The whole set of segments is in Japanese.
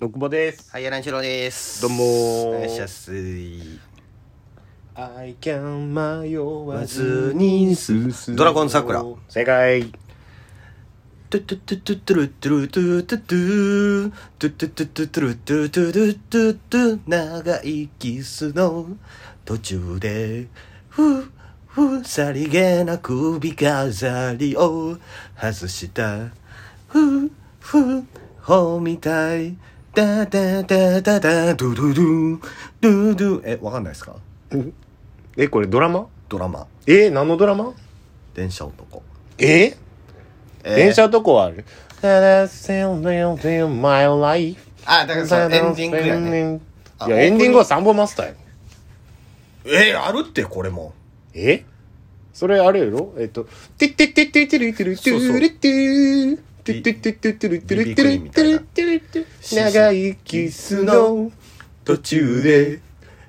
六馬です。はい、柳ロです。どうもお願いします。 I can 迷わずに進むドラゴン桜正解。トゥトゥトゥトゥトゥルトゥルトゥトゥトゥトゥトゥトゥトゥトゥルトゥトゥルトゥトゥ長いキスの途中で、ふうふうさりげな首飾りを外した。ふうふうほみたい。ダダダダダドゥドゥドゥドゥドゥえ、わかんないですかえ、これドラマドラマ、え、何のドラマ電車男。ええー電車どこある ?That's in my life. あ、だからそのエンディングやね。いや、エンディングはサンボマスターや。えー、あるってこれも。えそれあれやろえっと、てってってってってるってるってそうそうるってるてってってってってるってるってるってるってるってる長いキスの途中で、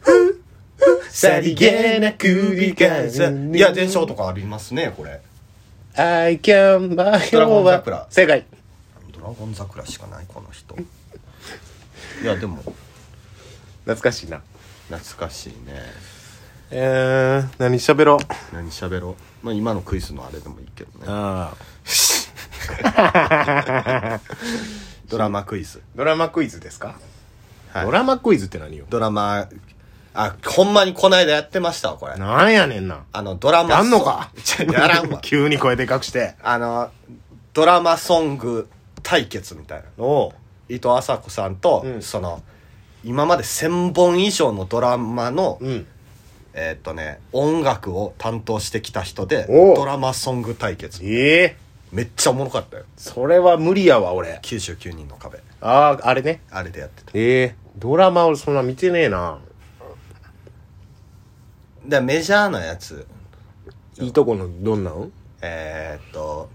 ふふさりげな首飾り。いや、伝承とかありますね、これ。 I can buy ドラゴン桜正解。ドラゴン桜しかない、この人。いや、でも、懐かしいな。懐かしいね。えー、何喋ろう。何喋ろう。まあ、今のクイズのあれでもいいけどね。あドラマクイズ。ドラマクイズですか、はいドラマクイズって何よドラマ、あ、ほんまにこないだやってましたわ、これ。なんやねんな。あの、ドラマ。やんのかちょやらんわ。 急に声でかくして。あの、ドラマソング対決みたいな。おう伊藤麻子さんと、うんその今まで1,000本以上のドラマの、うん。えーっとね音楽を担当してきた人でおうドラマソング対決ええめっちゃおもろかったよそれは無理やわ、俺。 99人の壁ああ、あれね。あれでやってたええドラマをそんな見てねえな。でメジャーなやついいとこの、どんなんえー、っと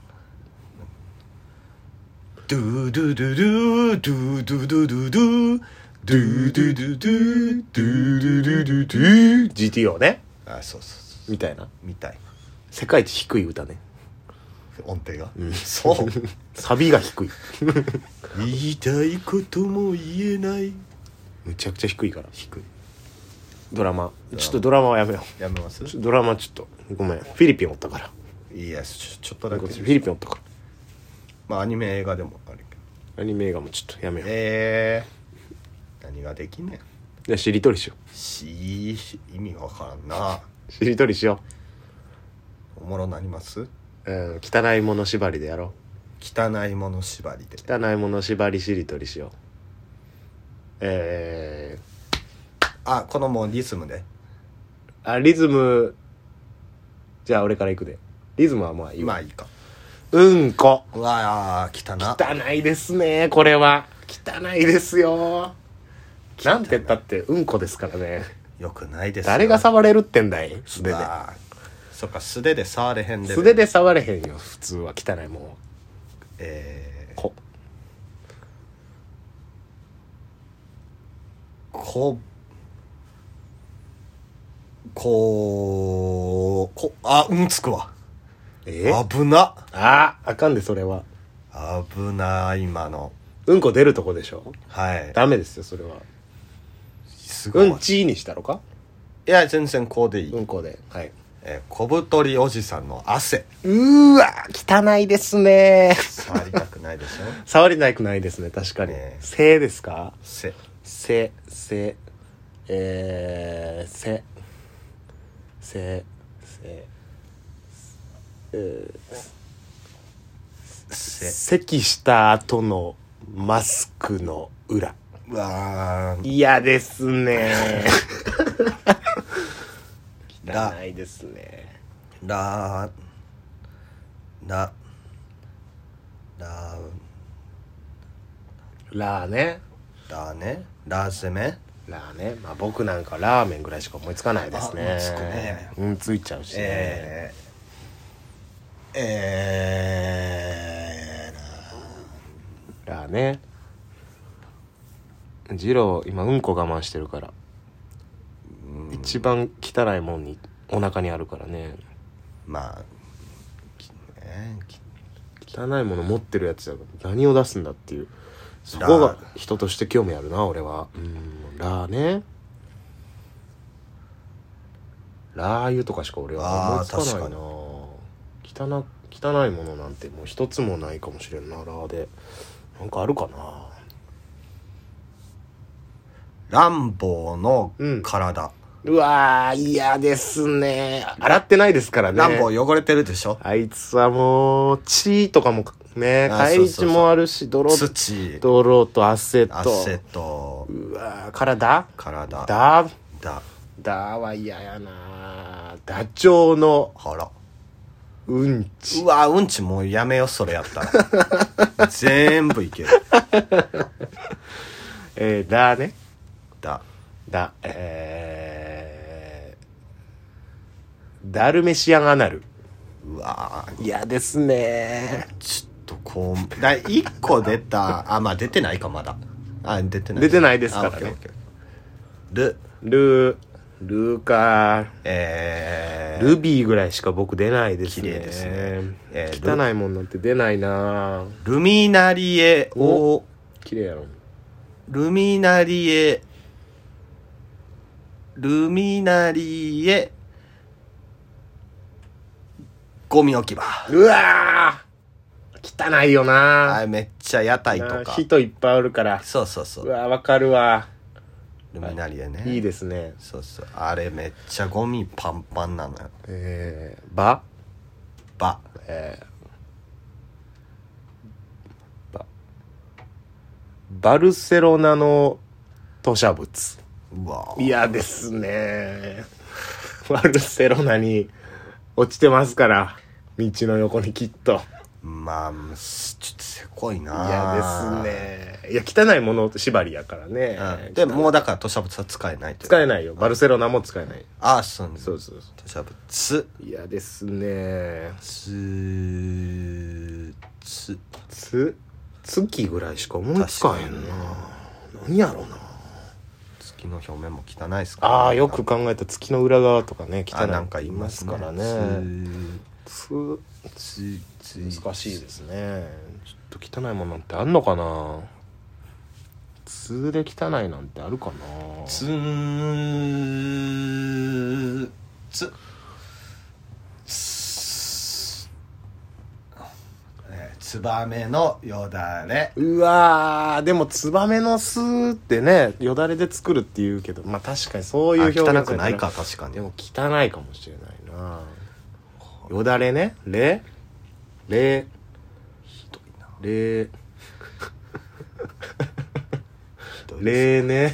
ドゥドゥドゥドゥドゥドゥドゥドゥドゥドゥドゥドゥドゥドゥドゥドゥドゥドゥ ?GTO ね。あそうそうそみたいな。うみたい世界一低い歌ね。音程が、そうサビが低い。言いたいことも言えないむちゃくちゃ低いから。低いドラマ。ちょっとドラマはやめよやめますう。ちょドラマちょっと、ごめん。フィリピンおったから。いやちょちょっとだフけィリピンおったから。まあアニメ映画でもあるけどアニメ映画もちょっとやめよう。えー、何ができんねんじゃあしりとりしよし意味がわからんなう。しりとりしよおもろなりますう。うん、汚いもの縛りでやろ汚いもの縛りでう。汚いもの縛りしりとりしよう。えあこのもうリズムでー、あ、リズム、じゃあ俺からいくで。リズムはまあいい今わ。いいかうんこ。うわあ汚な汚いですね、これは。汚いですよ。なんて言ったって、うんこですからね。よくないです よ誰が触れるってんだい素手でう。わあそっか素手で触れへんで素手で触れへんよ、普通は。汚いもんは。えー、こ。こここあうんつくわえ危なああ、あかんで、それは。危な今のうんこ出るとこでしょはいダメですよ、それは。すごうい、んいちにしたのかや全然こうでいい、うんこで。はい。えー小太りおじさんの汗うーわ、汚いですね。触りたくないでしょ触りなくないですね、確かにね。えせですかせせ、せ、えー、せ、せ、せ、えー、せ咳した後のマスクの裏。うわー嫌ですね。 ら汚いですね。らららラーね。らねら攻めラーね、まあ、僕なんかラーメンぐらいしか思いつかないですねあつくねうんついちゃうしね、えー、えラーねジロー今うんこ我慢してるから、一番汚いもんにお腹にあるからねー、まあきねき汚いもの持ってるやつだから何を出すんだっていうそこが人として興味あるな俺はうんラーねラー油とかしか俺は思いつかないあな汚汚いものなんてもう一つもないかもしれんなラーでなんかあるかなランボーのうん体、うわー嫌ですね洗ってないですからねランボー汚れてるでしょあいつはもう血とかもねあ返り血もあるし泥土泥と汗と汗とうわー体体だだだだは嫌やなダチョウの腹うんちうわうんちもうやめよそれや ったら全部いけるえー、だねだだえー、ダルメシアンアナルうわ嫌ですねちょっとこうだ一個出たあまあ出てないかまだあ出てない出てないですからねあオッケーオッケールルールーかえー、ルビーぐらいしか僕出ないですね綺麗ですねえー汚いもんなんて出ないなルミナリエを綺麗やろルミナリエルミナリエゴミ置き場うわー汚いよなあめっちゃ屋台となか人いっぱいおるからそうそうそううわわかるわルミナリエねいいですねそうそうあれめっちゃゴミパンパンなのよえー、場ばえー、ばバルセロナの吐砂物うわ嫌ですねバルセロナに落ちてますから道の横にきっとまあすちょっとせこいな嫌ですねいや汚いもの縛りやからね、うん、でもうだから土砂物は使えないという使えないよバルセロナも使えないああそうねそうそうそ土砂物う嫌ですねつつつ月ぐらいしか思いつかへんな何やろうな月の表面も汚いですからねああよく考えた月の裏側とかね汚あいなんのかい言いまますすからねつつつ難しいですねちょっと汚いものなんてあんのかなつで汚いなんてあるかなつーつつえーツバメのよだれうわーでもツバメの巣ってねよだれで作るっていうけどまあ確かにそういう表現あさ汚くれたならいか確かにでも汚いかもしれないなよだれねれれれれね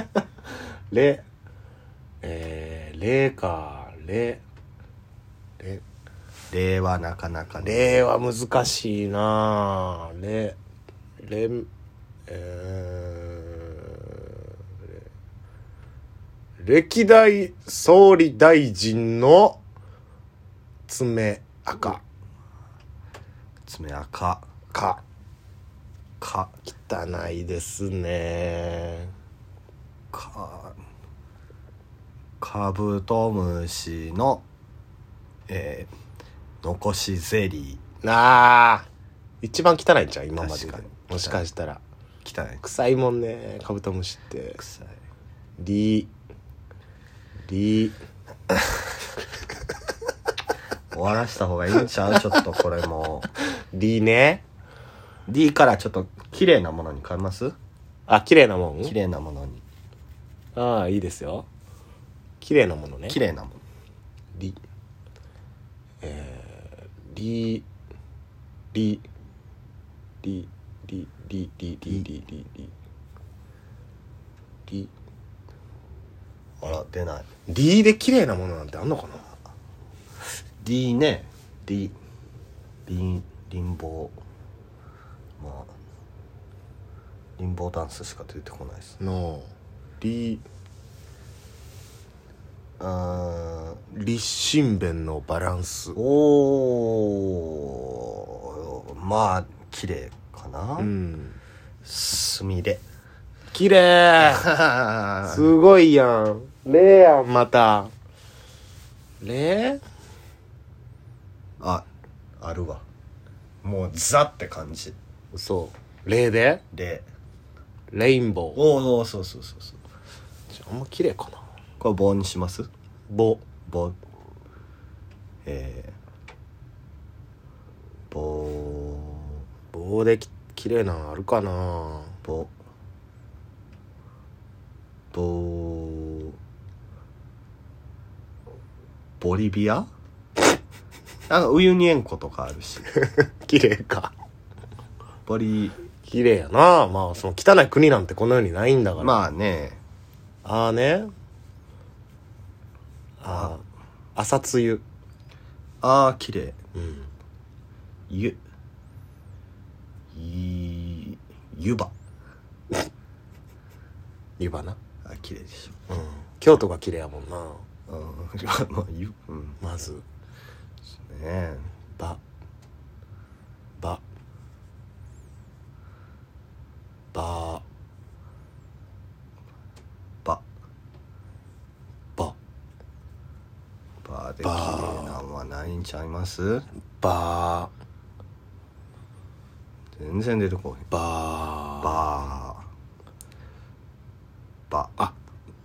れえー、れかれれ例はなかなかれは難しいなれれえーれ歴代総理大臣の爪赤爪赤かか汚いですねかカブトムシのえー、残しゼリなあ一番汚いんちゃう今までで確かにもしかしたらー汚い臭いもんねカブトムシって臭いリリ終わらした方がいいんちゃうちょっとこれもリね D からちょっと綺麗なものに変えますあ綺麗なもん綺麗なものにああいいですよ綺麗なものね綺麗なものリえー、リリリリリリリリリリリリあら出ないリで綺麗なものなんてあんのかな D ね D リンリンボーまあリンボーダンスしか出てこないですのリうーん立身弁のバランスおーまあ綺麗かな、うんすみれ綺 麗すごいやんレやんまたレああるわもうザって感じそう例ででレインボーおおそうそうそうそうあんま綺麗かなこれ棒にします棒棒えー、棒棒でき綺麗なのあるかな棒棒ボリビア なんかウユニ塩湖とかあるし 綺麗かボリ綺麗やなまあその汚い国なんてこの世にないんだから、まあねああねああ朝露ああ綺麗うんゆい湯葉湯葉なあ綺麗でしうん京都が綺麗やもんなょうん まあ湯うんねまずえばばばばばバーで綺麗なんはないんちゃいますば全然出てこへんばバーバあ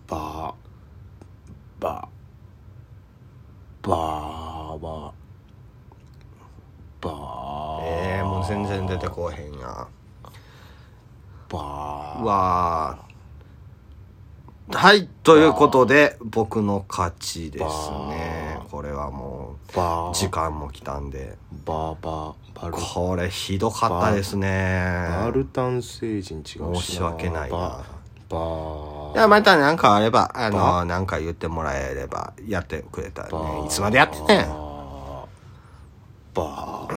ばばばばばえー、もう全然出てこへんやばうわーはいということで僕の勝ちですねバこれはもばう時間も来たんでばばばるこれひどかったですねバルタン星人違うしな申し訳ないなばばじゃあまた何かあればあのバ何か言ってもらえればやってくれたらばねいつまでやってんねんば